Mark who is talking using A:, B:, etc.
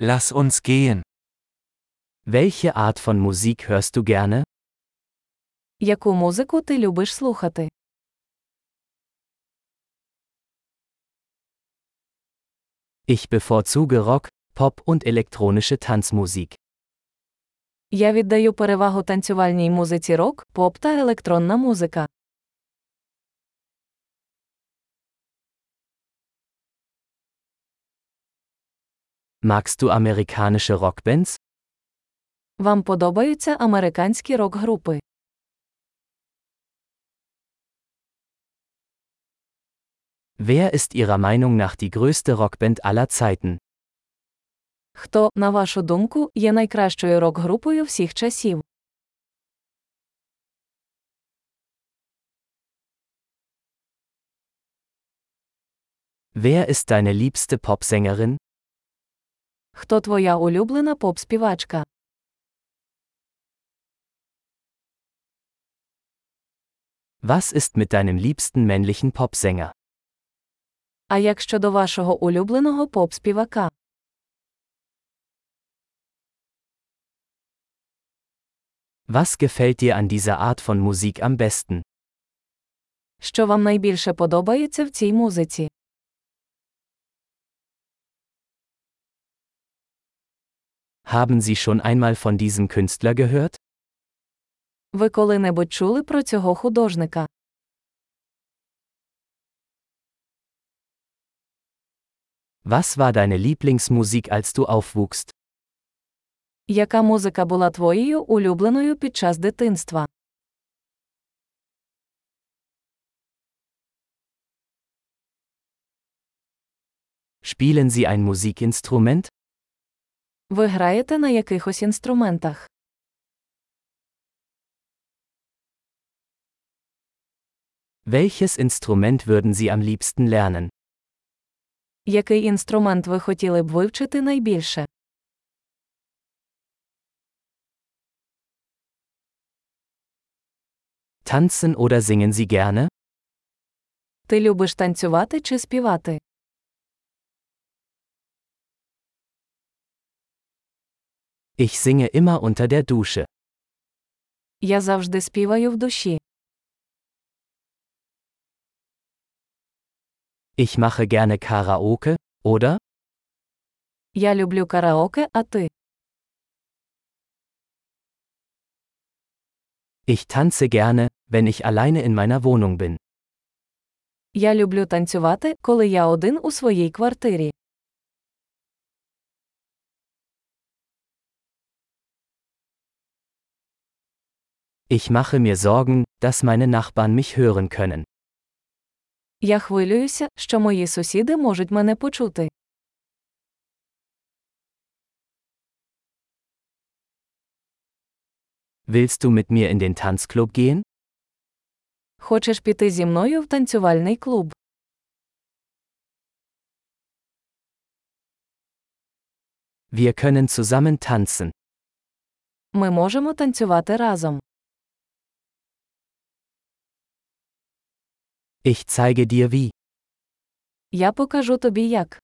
A: Lass uns gehen.
B: Welche Art von Musik hörst du gerne?
C: Яку музику ти любиш слухати?
B: Ich bevorzuge Rock, Pop und elektronische Tanzmusik.
C: Я віддаю перевагу танцювальній музиці рок, поп та електронна музика.
B: Magst du amerikanische Rockbands?
C: Вам подобаються американські рок-групи?
B: Wer ist Ihrer Meinung nach die größte Rockband aller Zeiten?
C: Хто, на вашу думку, є найкращою рок-групою всіх часів?
B: Wer ist deine liebste Popsängerin?
C: Хто твоя улюблена поп-співачка?
B: Was ist mit deinem liebsten männlichen Popsänger?
C: А як щодо вашого улюбленого поп-співака?
B: Was gefällt dir an dieser Art von Musik am besten?
C: Що вам найбільше подобається в цій музиці?
B: Haben Sie schon einmal von diesem Künstler gehört?
C: Ви коли-небудь чули про цього художника?
B: Was war deine Lieblingsmusik, als du aufwuchst?
C: Яка музика була твоєю улюбленою під час дитинства?
B: Spielen Sie ein Musikinstrument?
C: Ви граєте на якихось інструментах?
B: Welches Instrument würden Sie am liebsten lernen?
C: Який інструмент ви хотіли б вивчити найбільше?
B: Tanzen oder singen Sie gerne?
C: Ти любиш танцювати чи співати?
B: Ich singe immer unter der Dusche.
C: Я завжди співаю в душі.
B: Ich mache gerne Karaoke, oder?
C: Я люблю караоке, а ти?
B: Ich tanze gerne, wenn ich alleine in meiner Wohnung bin.
C: Я люблю танцювати, коли я один у своїй квартирі.
B: Ich mache mir Sorgen, dass meine Nachbarn mich hören können.
C: Я хвилююся, що мої сусіди можуть мене почути.
B: Willst du mit mir in den Tanzclub gehen?
C: Хочеш піти зі мною в танцювальний клуб?
B: Wir können zusammen tanzen.
C: Ми можемо танцювати разом.
B: Ich zeige dir wie.
C: Я покажу тобі як.